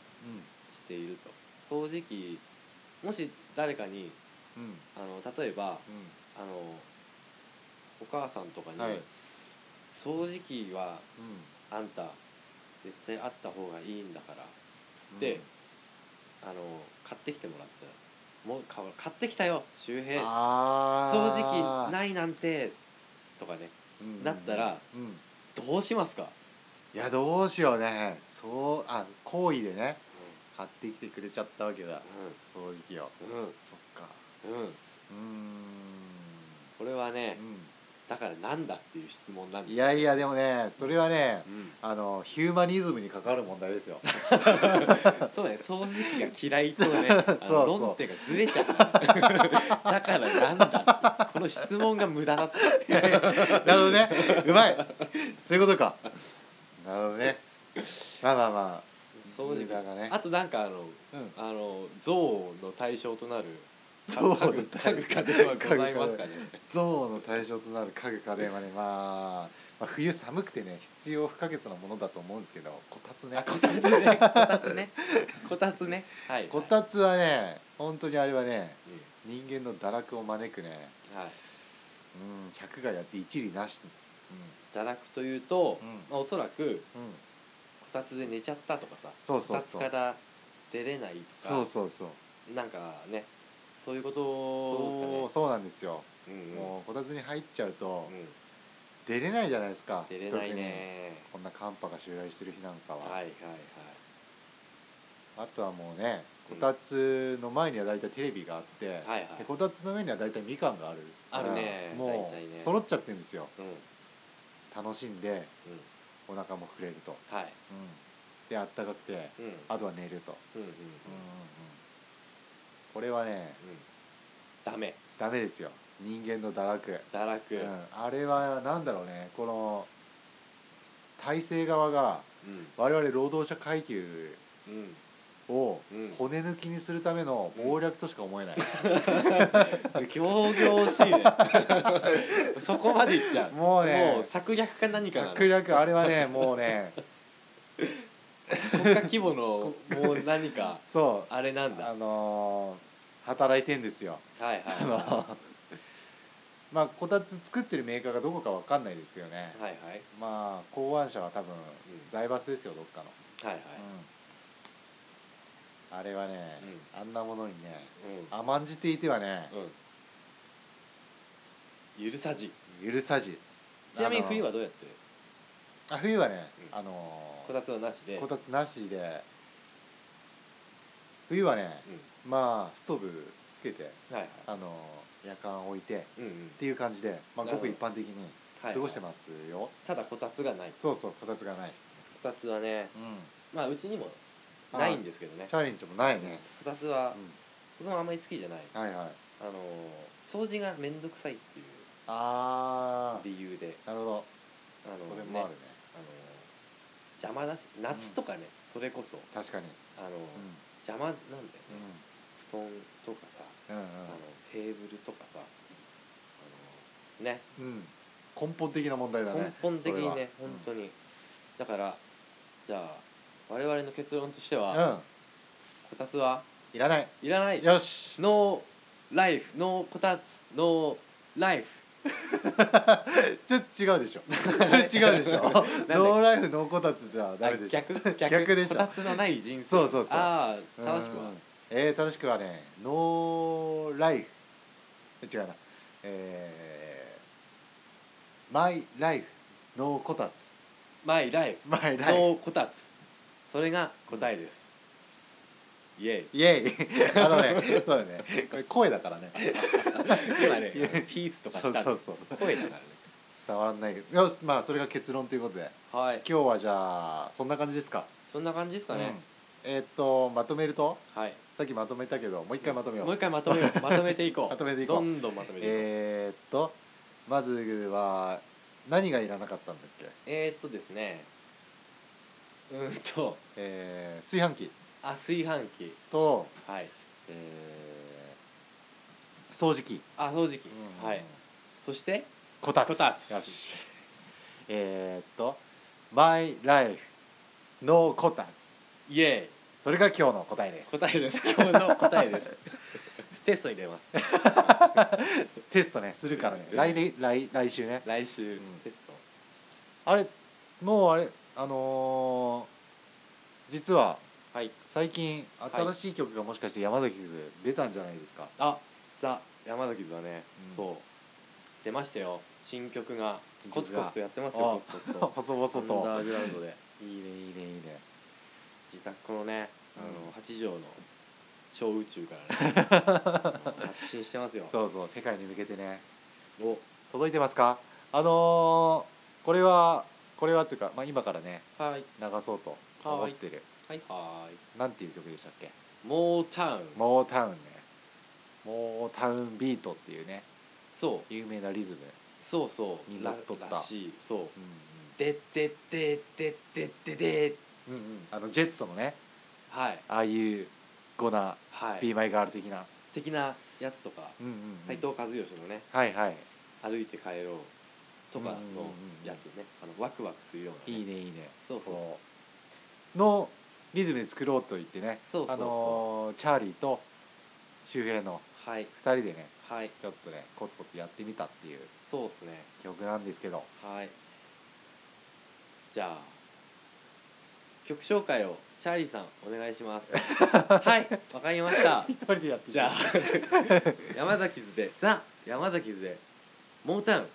[SPEAKER 2] していると掃除機もし誰かに
[SPEAKER 3] うんうん
[SPEAKER 2] あの例えばあのお母さんとかに、
[SPEAKER 3] うんはい、うん、
[SPEAKER 2] 掃除機はあんた絶対あった方がいいんだから」つって、
[SPEAKER 3] うん
[SPEAKER 2] あの買ってきてもらったら「もう買う買ってきたよ周平
[SPEAKER 3] あ
[SPEAKER 2] 掃除
[SPEAKER 3] ー
[SPEAKER 2] 機ないなんて」とかね
[SPEAKER 3] うん
[SPEAKER 2] なったら
[SPEAKER 3] うん
[SPEAKER 2] どうしますか、
[SPEAKER 3] いやどうしようねそうあ好意でね買ってきてくれちゃったわけだ掃除機を
[SPEAKER 2] うんうん
[SPEAKER 3] そっか
[SPEAKER 2] うん
[SPEAKER 3] うーん
[SPEAKER 2] これはね、
[SPEAKER 3] う
[SPEAKER 2] だからなんだっていう質問なん
[SPEAKER 3] んい
[SPEAKER 2] です
[SPEAKER 3] やいやでもねそれはね
[SPEAKER 2] うん、
[SPEAKER 3] あのヒューマニズムに関わる問題ですよ
[SPEAKER 2] そうだね掃除機が嫌いとねあ の
[SPEAKER 3] そうそう
[SPEAKER 2] 論点がずれち ゃっただからなんだってこの質問が無駄だって
[SPEAKER 3] なるほどねうまいそういうことかなるほどねまあまあまあ
[SPEAKER 2] 掃除機
[SPEAKER 3] 無駄がね
[SPEAKER 2] あとなんかあ
[SPEAKER 3] う
[SPEAKER 2] の
[SPEAKER 3] ん
[SPEAKER 2] あの象の対象となる
[SPEAKER 3] 象の対象
[SPEAKER 2] 家具家電はございますかね
[SPEAKER 3] 象の対象となる家具家電はね、まあ、まあ冬寒くてね必要不可欠なものだと思うんですけどこたつね
[SPEAKER 2] あこたつねこたつねこたつねはい
[SPEAKER 3] こたつはね本当にあれはね
[SPEAKER 2] う
[SPEAKER 3] 人間の堕落を招くね
[SPEAKER 2] んは
[SPEAKER 3] う
[SPEAKER 2] い
[SPEAKER 3] ん百害あって一理なし
[SPEAKER 2] 堕落というと、
[SPEAKER 3] うん
[SPEAKER 2] まあ、おそらく
[SPEAKER 3] うん、うん、
[SPEAKER 2] こたつで寝ちゃったとかさ
[SPEAKER 3] そう
[SPEAKER 2] こ
[SPEAKER 3] そう
[SPEAKER 2] たつ
[SPEAKER 3] そう
[SPEAKER 2] から出れないとか
[SPEAKER 3] そうそうそう
[SPEAKER 2] なんかねそういうこと
[SPEAKER 3] そう
[SPEAKER 2] ですかね
[SPEAKER 3] そうなんですよ、
[SPEAKER 2] うんうん
[SPEAKER 3] もうこたつに入っちゃうと
[SPEAKER 2] うん
[SPEAKER 3] 出れないじゃないですか
[SPEAKER 2] 出れないね
[SPEAKER 3] 特にこんな寒波が襲来してる日なんかは、
[SPEAKER 2] はいはいはい
[SPEAKER 3] あとはもうね
[SPEAKER 2] う
[SPEAKER 3] こ
[SPEAKER 2] ん
[SPEAKER 3] たつの前には大体テレビがあって、
[SPEAKER 2] はいはい
[SPEAKER 3] でこたつの上には大体みかんがある
[SPEAKER 2] あるね
[SPEAKER 3] うんも
[SPEAKER 2] 大体ね
[SPEAKER 3] う揃っちゃってるんですよ
[SPEAKER 2] うんうん
[SPEAKER 3] 楽しんでお腹も膨れると、
[SPEAKER 2] はい
[SPEAKER 3] うん、であったかくて
[SPEAKER 2] うん
[SPEAKER 3] あとは寝ると、
[SPEAKER 2] うんうんうん
[SPEAKER 3] これはね
[SPEAKER 2] ダメ
[SPEAKER 3] ダメですよ人間の堕落、
[SPEAKER 2] 堕落
[SPEAKER 3] う、ん、あれはなんだろうねこの体制側が
[SPEAKER 2] うん
[SPEAKER 3] 我々労働者階級
[SPEAKER 2] うん
[SPEAKER 3] を
[SPEAKER 2] うん
[SPEAKER 3] 骨抜きにするための謀略としか思えない、
[SPEAKER 2] 行々しい ねそこまでいっちゃう
[SPEAKER 3] もうね
[SPEAKER 2] もう策略か何かなの
[SPEAKER 3] 策略あれは ねもうね
[SPEAKER 2] 国家規模のもう何か
[SPEAKER 3] そう
[SPEAKER 2] あれなんだ
[SPEAKER 3] あ
[SPEAKER 2] は
[SPEAKER 3] のー働いてんですよ
[SPEAKER 2] いはい
[SPEAKER 3] あの
[SPEAKER 2] は
[SPEAKER 3] ーまあこたつ作ってるメーカーがどこかわかんないですけどね
[SPEAKER 2] いはいはい
[SPEAKER 3] まあ考案者は多分
[SPEAKER 2] ん
[SPEAKER 3] 財閥ですよどっかの、
[SPEAKER 2] はい
[SPEAKER 3] うんあれはね、あんなものにね
[SPEAKER 2] う
[SPEAKER 3] 甘んじていてはね
[SPEAKER 2] んうん許さじ
[SPEAKER 3] 許さじ
[SPEAKER 2] ちなみに
[SPEAKER 3] あの
[SPEAKER 2] 冬はどうやってる
[SPEAKER 3] あ冬はね、
[SPEAKER 2] うん
[SPEAKER 3] あの
[SPEAKER 2] こ
[SPEAKER 3] ー
[SPEAKER 2] たつはなしで
[SPEAKER 3] こたつなしで冬はね
[SPEAKER 2] う
[SPEAKER 3] まあストーブつけて
[SPEAKER 2] んはいはい
[SPEAKER 3] あの夜間置いてっ
[SPEAKER 2] うんうん
[SPEAKER 3] ていう感じで、まあ、ご
[SPEAKER 2] なるほ
[SPEAKER 3] く
[SPEAKER 2] ど
[SPEAKER 3] 一般的に
[SPEAKER 2] はい
[SPEAKER 3] 過ごしてますよ、
[SPEAKER 2] ただこたつがないこ
[SPEAKER 3] そうそうこたつがない、
[SPEAKER 2] たつはね
[SPEAKER 3] う
[SPEAKER 2] まあうちにもないんですけどね
[SPEAKER 3] ん、チャレンジもないね、
[SPEAKER 2] こたつは
[SPEAKER 3] う
[SPEAKER 2] 僕もあんまり好きじゃない
[SPEAKER 3] ん、はいはい
[SPEAKER 2] あの掃除が面倒くさいっていう
[SPEAKER 3] あ
[SPEAKER 2] 理由で
[SPEAKER 3] あなるほど
[SPEAKER 2] あの
[SPEAKER 3] それもあるね
[SPEAKER 2] あの邪魔だし夏とかね、それこそ
[SPEAKER 3] 確かに
[SPEAKER 2] あの、
[SPEAKER 3] う
[SPEAKER 2] 邪魔なんだよね
[SPEAKER 3] ん
[SPEAKER 2] 布団とかさ、
[SPEAKER 3] うん
[SPEAKER 2] あのテーブルとかさあのね
[SPEAKER 3] うんうん根本的な問題だね
[SPEAKER 2] 根本的
[SPEAKER 3] そ
[SPEAKER 2] にね
[SPEAKER 3] れは
[SPEAKER 2] 本当に、だからじゃあ我々の結論として
[SPEAKER 3] う
[SPEAKER 2] は、
[SPEAKER 3] ん
[SPEAKER 2] こたつはい
[SPEAKER 3] らない
[SPEAKER 2] いらない
[SPEAKER 3] よし
[SPEAKER 2] ノーライフノーこたつノーライフ
[SPEAKER 3] ちょっと違うでしょ それ違うでし ょノ
[SPEAKER 2] で
[SPEAKER 3] ーライフノーこたつじゃダメでしょ
[SPEAKER 2] 逆逆
[SPEAKER 3] 逆でしょ
[SPEAKER 2] こたつのない人生
[SPEAKER 3] そうそうそう
[SPEAKER 2] ああ正しく
[SPEAKER 3] う
[SPEAKER 2] は
[SPEAKER 3] んえー、正しくはねノーライフ違うなえー、マイライフノーこたつ
[SPEAKER 2] マイライフ
[SPEAKER 3] マイライフ
[SPEAKER 2] のこたつそれが答えです、イエイ
[SPEAKER 3] イエイあのね そうだねこれ声だからね
[SPEAKER 2] 今ね
[SPEAKER 3] イエイ
[SPEAKER 2] ピースとか
[SPEAKER 3] そ
[SPEAKER 2] し
[SPEAKER 3] う
[SPEAKER 2] た
[SPEAKER 3] そうそう
[SPEAKER 2] 声だからね
[SPEAKER 3] 伝わらないけどよしまあそれが結論ということで
[SPEAKER 2] はい
[SPEAKER 3] 今日はじゃあそんな感じですか
[SPEAKER 2] そんな感じですかね、
[SPEAKER 3] うん、えーっとまとめると
[SPEAKER 2] はい
[SPEAKER 3] さっきまとめたけどもう一回まとめよう
[SPEAKER 2] もう一回まとめよ うまとめていこう
[SPEAKER 3] まとめていこう
[SPEAKER 2] どんどんまとめていこう
[SPEAKER 3] えー、っとまずは何がいらなかったんだっけ
[SPEAKER 2] えー、っとですねうーんと
[SPEAKER 3] えー、炊飯器
[SPEAKER 2] あ炊飯器
[SPEAKER 3] と、
[SPEAKER 2] はい
[SPEAKER 3] えー、掃除機、
[SPEAKER 2] あ掃除機、はいそして
[SPEAKER 3] こたつ
[SPEAKER 2] こたつ
[SPEAKER 3] よしえー、っと「マイライフのこたつ
[SPEAKER 2] イエ」
[SPEAKER 3] それが今日の答えで
[SPEAKER 2] イ
[SPEAKER 3] す
[SPEAKER 2] 答えです 今日の答えです テストに出ます
[SPEAKER 3] テストねするからね来年来来週ね
[SPEAKER 2] 来週、
[SPEAKER 3] ん
[SPEAKER 2] テスト
[SPEAKER 3] あれもうあれあのー実は
[SPEAKER 2] はい
[SPEAKER 3] 最近
[SPEAKER 2] い
[SPEAKER 3] 新しい曲がもしかして山崎で出たんじゃないですか、
[SPEAKER 2] あザ山崎だね、
[SPEAKER 3] うん
[SPEAKER 2] そう出ましたよ新曲が
[SPEAKER 3] 新
[SPEAKER 2] コ
[SPEAKER 3] 曲
[SPEAKER 2] ツ
[SPEAKER 3] が
[SPEAKER 2] コツとやってます
[SPEAKER 3] あ
[SPEAKER 2] よコツコツと
[SPEAKER 3] 細々
[SPEAKER 2] アンダ
[SPEAKER 3] と
[SPEAKER 2] ーグラウンドで
[SPEAKER 3] いいねいいねいいね
[SPEAKER 2] 自宅のねあ
[SPEAKER 3] う
[SPEAKER 2] の
[SPEAKER 3] ん
[SPEAKER 2] 八畳の小宇宙から ねあの発信してますよ
[SPEAKER 3] そうそう世界に向けてね
[SPEAKER 2] お
[SPEAKER 3] 届いてますかあのーこれはこれはというか、まあ、今からね
[SPEAKER 2] はい
[SPEAKER 3] 流そうと思ってる
[SPEAKER 2] はいはーい
[SPEAKER 3] なんていう曲でしたっけ
[SPEAKER 2] モータウン
[SPEAKER 3] モータウンねモータウンビートっていうね
[SPEAKER 2] そう
[SPEAKER 3] 有名なリズム、
[SPEAKER 2] そうそう
[SPEAKER 3] に
[SPEAKER 2] ら
[SPEAKER 3] 乗っとった
[SPEAKER 2] らしいそう
[SPEAKER 3] う
[SPEAKER 2] ででででででで
[SPEAKER 3] んうんうんうん、あのジェットのね
[SPEAKER 2] はい
[SPEAKER 3] ああいうゴナ
[SPEAKER 2] は
[SPEAKER 3] 「ビ
[SPEAKER 2] い
[SPEAKER 3] ーマイガール」的な、
[SPEAKER 2] 的なやつとか
[SPEAKER 3] うんうんうん
[SPEAKER 2] 斉藤和義のね
[SPEAKER 3] はいはい
[SPEAKER 2] 歩いて帰ろうと
[SPEAKER 3] うんうんう
[SPEAKER 2] かの
[SPEAKER 3] んうん
[SPEAKER 2] やつねあのワクワクするようない
[SPEAKER 3] い
[SPEAKER 2] ね
[SPEAKER 3] ねいいね
[SPEAKER 2] そうそう
[SPEAKER 3] こうのリズムで作ろうと言ってね
[SPEAKER 2] そうそうそう
[SPEAKER 3] あのーチャーリーとシューフェレの
[SPEAKER 2] はい
[SPEAKER 3] 2人でね
[SPEAKER 2] はい
[SPEAKER 3] ちょっとねコツコツやってみたっていう
[SPEAKER 2] そうっすね
[SPEAKER 3] 曲なんですけど
[SPEAKER 2] はいじゃあ曲紹介をチャーリーさんお願いし ますはいわかりました
[SPEAKER 3] 一人でやって
[SPEAKER 2] じゃあ 山崎図でザ山崎図でモータウン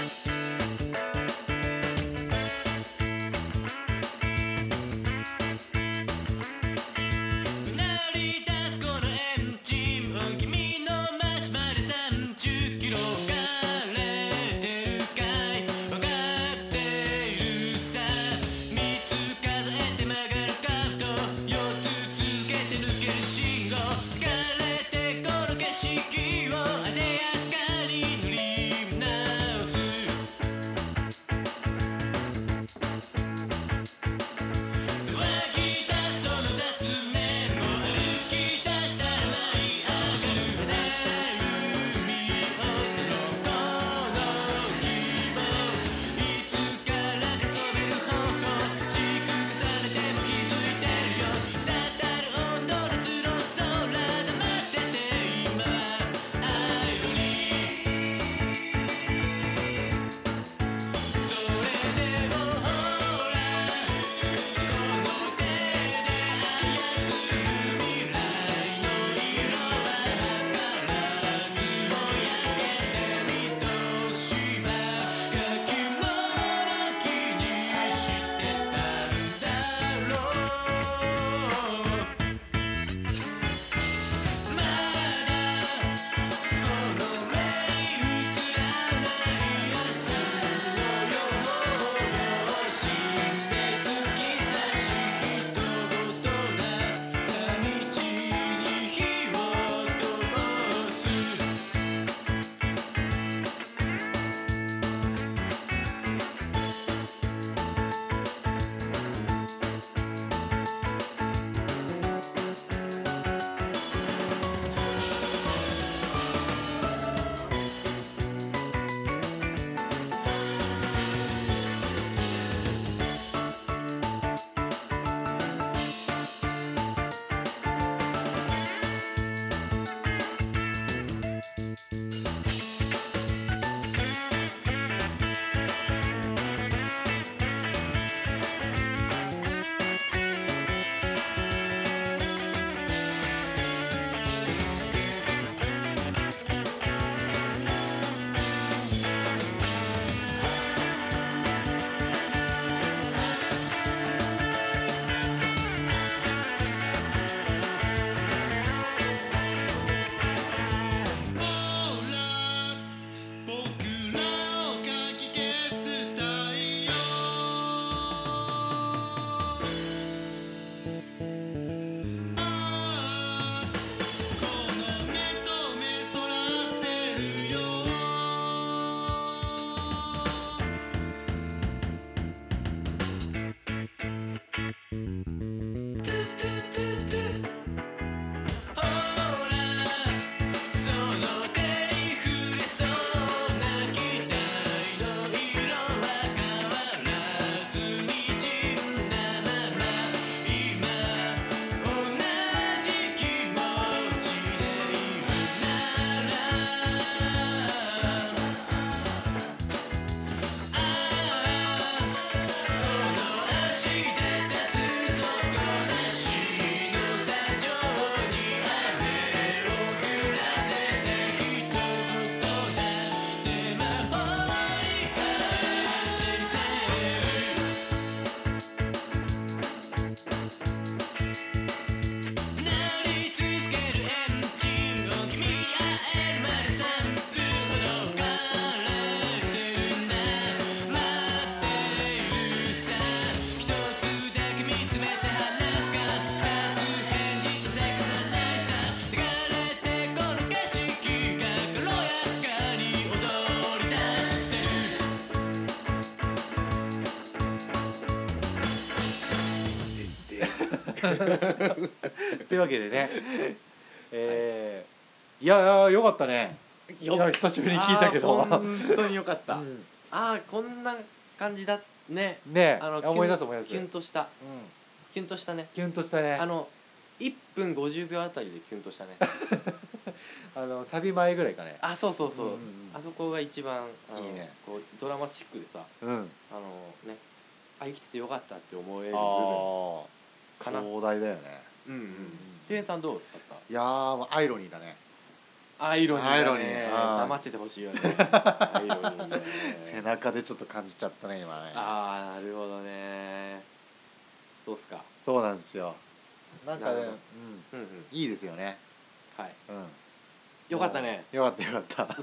[SPEAKER 4] 「な
[SPEAKER 3] というわけで ねえーいやいやよかったねい
[SPEAKER 2] よっ
[SPEAKER 3] や久しぶりに聞いたけど
[SPEAKER 2] あー本当によかった、
[SPEAKER 3] う
[SPEAKER 2] あ
[SPEAKER 3] ん
[SPEAKER 2] あーこんな感じだね
[SPEAKER 3] ね
[SPEAKER 2] あの
[SPEAKER 3] いや思い出す思い出す
[SPEAKER 2] キュンとした
[SPEAKER 3] うん
[SPEAKER 2] キュンとしたね
[SPEAKER 3] キュンとしたね
[SPEAKER 2] あの1分50秒あたりでキュンとしたね
[SPEAKER 3] あのサビ前ぐらいかね
[SPEAKER 2] あそうそうそう、
[SPEAKER 3] うんうんうん
[SPEAKER 2] あそこが一番あの
[SPEAKER 3] いいね
[SPEAKER 2] こうドラマチックでさ
[SPEAKER 3] うん
[SPEAKER 2] あのねあ生きててよかったって思える部分
[SPEAKER 3] ああ
[SPEAKER 2] かな
[SPEAKER 3] 壮大だよね
[SPEAKER 2] うんうんゆえさんどうだっ
[SPEAKER 3] いやーアイロニーだね
[SPEAKER 2] たアイロニーだね
[SPEAKER 3] アイロニーあー
[SPEAKER 2] 黙っててほしいよね アイロニーね
[SPEAKER 3] 背中でちょっと感じちゃったね今ね
[SPEAKER 2] ああなるほどねそうっすか
[SPEAKER 3] そうなんですよなんかね
[SPEAKER 2] なるほど
[SPEAKER 3] うん
[SPEAKER 2] うんうん
[SPEAKER 3] いいですよね
[SPEAKER 2] はい
[SPEAKER 3] うん
[SPEAKER 2] よかったね
[SPEAKER 3] よかったよかった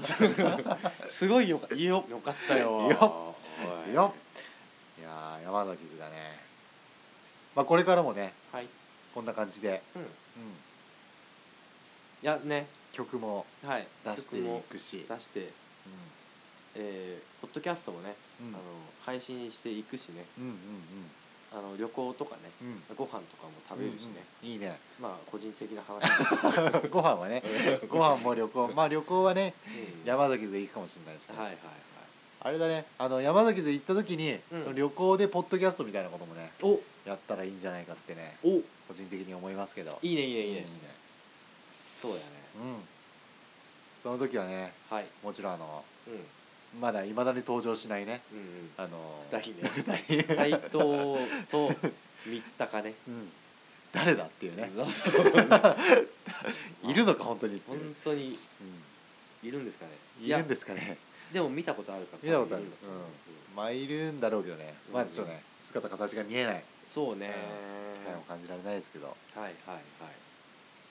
[SPEAKER 2] すごいよかよよかったよ
[SPEAKER 3] よ
[SPEAKER 2] お い
[SPEAKER 3] よっいやー山崎図だねまあこれからもね
[SPEAKER 2] はいい
[SPEAKER 3] こんな感じで、
[SPEAKER 2] うん
[SPEAKER 3] ん
[SPEAKER 2] やね
[SPEAKER 3] 曲も
[SPEAKER 2] はい
[SPEAKER 3] 出していくし
[SPEAKER 2] 出してえーポッドキャストもね、
[SPEAKER 3] うんうん
[SPEAKER 2] あの配信していくしね
[SPEAKER 3] うんうん
[SPEAKER 2] あの旅行とかね
[SPEAKER 3] うんうん
[SPEAKER 2] ご飯とかも食べるしね、
[SPEAKER 3] うんうんいいね
[SPEAKER 2] まあ個人的な話だけ
[SPEAKER 3] ご飯 はねご飯も旅行まあ旅行はね
[SPEAKER 2] どうん
[SPEAKER 3] 山崎図行くかもしれないですけど、
[SPEAKER 2] はいはいはい
[SPEAKER 3] あれだねあの山崎図行った時に、
[SPEAKER 2] うん
[SPEAKER 3] 旅行でポッドキャストみたいなこともね
[SPEAKER 2] お
[SPEAKER 3] やったらいいんじゃないかってね
[SPEAKER 2] お
[SPEAKER 3] 個人的に思いますけど
[SPEAKER 2] いいねいいねいい
[SPEAKER 3] い
[SPEAKER 2] ね、
[SPEAKER 3] いね
[SPEAKER 2] そうだよね
[SPEAKER 3] うんその時はね
[SPEAKER 2] はい
[SPEAKER 3] もちろんあの
[SPEAKER 2] うんうん
[SPEAKER 3] まだいまだに登場しないね
[SPEAKER 2] うん
[SPEAKER 3] あの
[SPEAKER 2] 二人ね
[SPEAKER 3] 二人
[SPEAKER 2] 斎藤と三鷹ね
[SPEAKER 3] うん誰だっていう ね いるのか本当にっていう
[SPEAKER 2] 本当に
[SPEAKER 3] う
[SPEAKER 2] いるんですかね
[SPEAKER 3] んいるんですすかね
[SPEAKER 2] でも見たことあるから
[SPEAKER 3] 見たことある
[SPEAKER 2] 多分いんだ思う
[SPEAKER 3] まあいるんだろうけどね
[SPEAKER 2] うん
[SPEAKER 3] まあちょっとね姿形が見えない
[SPEAKER 2] そうね
[SPEAKER 3] 期待も感じられないですけど
[SPEAKER 2] はいはいはい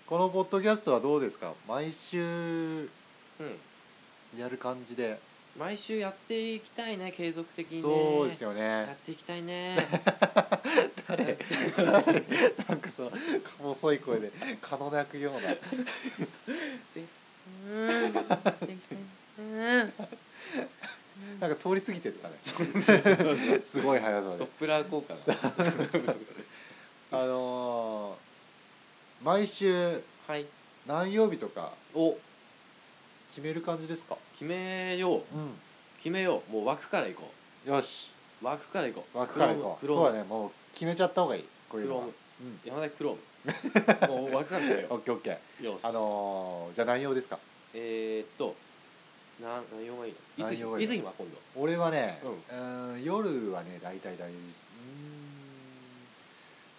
[SPEAKER 3] このポッドキャストはどうですか毎週
[SPEAKER 2] うん
[SPEAKER 3] やる感じで
[SPEAKER 2] 毎週やっていきたいね継続的にね
[SPEAKER 3] そうですよ
[SPEAKER 2] やっ
[SPEAKER 3] ね
[SPEAKER 2] ていきたいね
[SPEAKER 3] なんかそう細い声で蚊の鳴くような
[SPEAKER 2] うーんやっていきたいねうーん
[SPEAKER 3] なんか通り過ぎてったねすごい速さ
[SPEAKER 2] ドッ
[SPEAKER 3] で
[SPEAKER 2] プラー効 果が
[SPEAKER 3] あのー毎週
[SPEAKER 2] はい
[SPEAKER 3] 何曜日とか
[SPEAKER 2] お
[SPEAKER 3] 決める感じですか
[SPEAKER 2] 決めよう
[SPEAKER 3] う
[SPEAKER 2] 決めようもう枠からいこ
[SPEAKER 3] んよし
[SPEAKER 2] う枠からいこう
[SPEAKER 3] 枠から行こう
[SPEAKER 2] クローム
[SPEAKER 3] そうだねもう決めちゃった方がいいこういう
[SPEAKER 2] クロ
[SPEAKER 3] のは
[SPEAKER 2] ーム
[SPEAKER 3] うん
[SPEAKER 2] 山田クローム もう枠からいこ
[SPEAKER 3] オッケーオッケー
[SPEAKER 2] うよよし
[SPEAKER 3] あのーじゃあ何曜ですか
[SPEAKER 2] えー、っとなん何曜がいいのいつ
[SPEAKER 3] 何曜がいい
[SPEAKER 2] い
[SPEAKER 3] の
[SPEAKER 2] つ今今度
[SPEAKER 3] 俺はね、
[SPEAKER 2] う
[SPEAKER 3] うん、夜はね大体大体うーん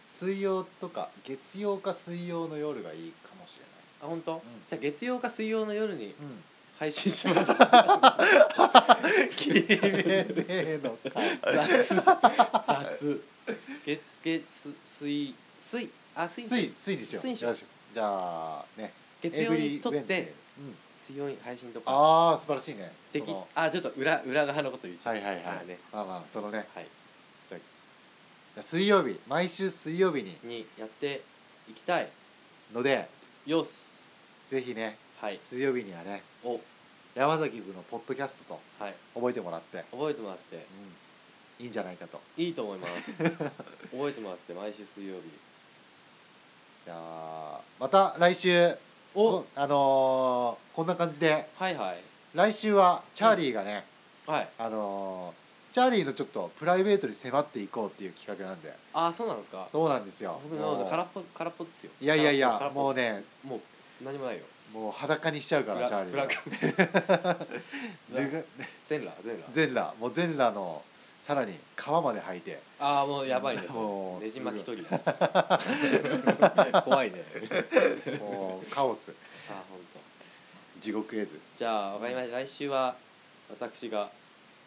[SPEAKER 3] 水曜とか月曜か水曜の夜がいいかもし
[SPEAKER 2] あ本当、
[SPEAKER 3] ん
[SPEAKER 2] じゃあ月曜か水曜の夜に
[SPEAKER 3] れない、うん、
[SPEAKER 2] 配信 します
[SPEAKER 3] 決めねえのか
[SPEAKER 2] 雑月月水水あ 水
[SPEAKER 3] ついついにしよう
[SPEAKER 2] ついにしよう
[SPEAKER 3] よじゃあね
[SPEAKER 2] 月曜に撮っ
[SPEAKER 3] every Wednesday
[SPEAKER 2] て
[SPEAKER 3] うん、
[SPEAKER 2] 水曜に配信とか
[SPEAKER 3] ああ素晴らしいね
[SPEAKER 2] でき
[SPEAKER 3] その
[SPEAKER 2] あちょっと裏裏側のこと言っちゃ
[SPEAKER 3] は
[SPEAKER 2] う
[SPEAKER 3] いはいはい
[SPEAKER 2] あね
[SPEAKER 3] まあまあそのね
[SPEAKER 2] はい
[SPEAKER 3] じゃあ水曜日毎週水曜日に
[SPEAKER 2] にやっていきたい
[SPEAKER 3] ので
[SPEAKER 2] よし
[SPEAKER 3] ぜひね
[SPEAKER 2] はい
[SPEAKER 3] 水曜日にはね
[SPEAKER 2] お
[SPEAKER 3] 山崎図のポッドキャストと
[SPEAKER 2] はい
[SPEAKER 3] 覚えてもらって、
[SPEAKER 2] 覚えてもらって
[SPEAKER 3] いいんじゃないかと
[SPEAKER 2] いいと思います 覚えてもらって毎週水曜日
[SPEAKER 3] じゃあまた来週
[SPEAKER 2] お
[SPEAKER 3] こあのーこんな感じで
[SPEAKER 2] はいはい
[SPEAKER 3] 来週はチャーリーがね、
[SPEAKER 2] はい
[SPEAKER 3] あのーチャーリーのちょっとプライベートに迫っていこうっていう企画なんで
[SPEAKER 2] あそうなんですか
[SPEAKER 3] そうなんですよ
[SPEAKER 2] 僕
[SPEAKER 3] も
[SPEAKER 2] の
[SPEAKER 3] う
[SPEAKER 2] 空っぽ空っぽですよ
[SPEAKER 3] いやいやい
[SPEAKER 2] 空
[SPEAKER 3] や
[SPEAKER 2] っぽ
[SPEAKER 3] もうね
[SPEAKER 2] もう何もないよ
[SPEAKER 3] もう裸にしちゃう
[SPEAKER 2] ブ
[SPEAKER 3] からチャー
[SPEAKER 2] ラ
[SPEAKER 3] リ
[SPEAKER 2] ブ
[SPEAKER 3] ー
[SPEAKER 2] ラ
[SPEAKER 3] が
[SPEAKER 2] ック
[SPEAKER 3] 脱が
[SPEAKER 2] 全裸全裸
[SPEAKER 3] 全裸もう全裸のさらに皮まで履い て
[SPEAKER 2] ああもうやばいね
[SPEAKER 3] もう
[SPEAKER 2] ねじ巻
[SPEAKER 3] す
[SPEAKER 2] き
[SPEAKER 3] ご
[SPEAKER 2] 取り だ怖いね
[SPEAKER 3] もうカオス
[SPEAKER 2] ああ本当。
[SPEAKER 3] 地獄絵図
[SPEAKER 2] じゃあわかりました来週は私が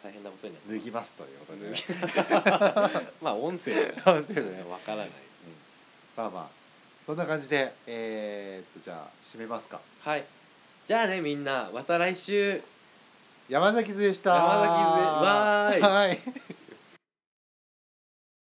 [SPEAKER 2] 大変なことにな
[SPEAKER 3] 脱ぎますということで、ね、
[SPEAKER 2] る まあ音声だか
[SPEAKER 3] 完成だ
[SPEAKER 2] ら
[SPEAKER 3] ね
[SPEAKER 2] ねわからない
[SPEAKER 3] まあまあそんな感じでえー、っとじゃあ締めますか
[SPEAKER 2] はいじゃあねみんなまた来週
[SPEAKER 3] 山崎図でした
[SPEAKER 2] 山崎図でわーい
[SPEAKER 3] はい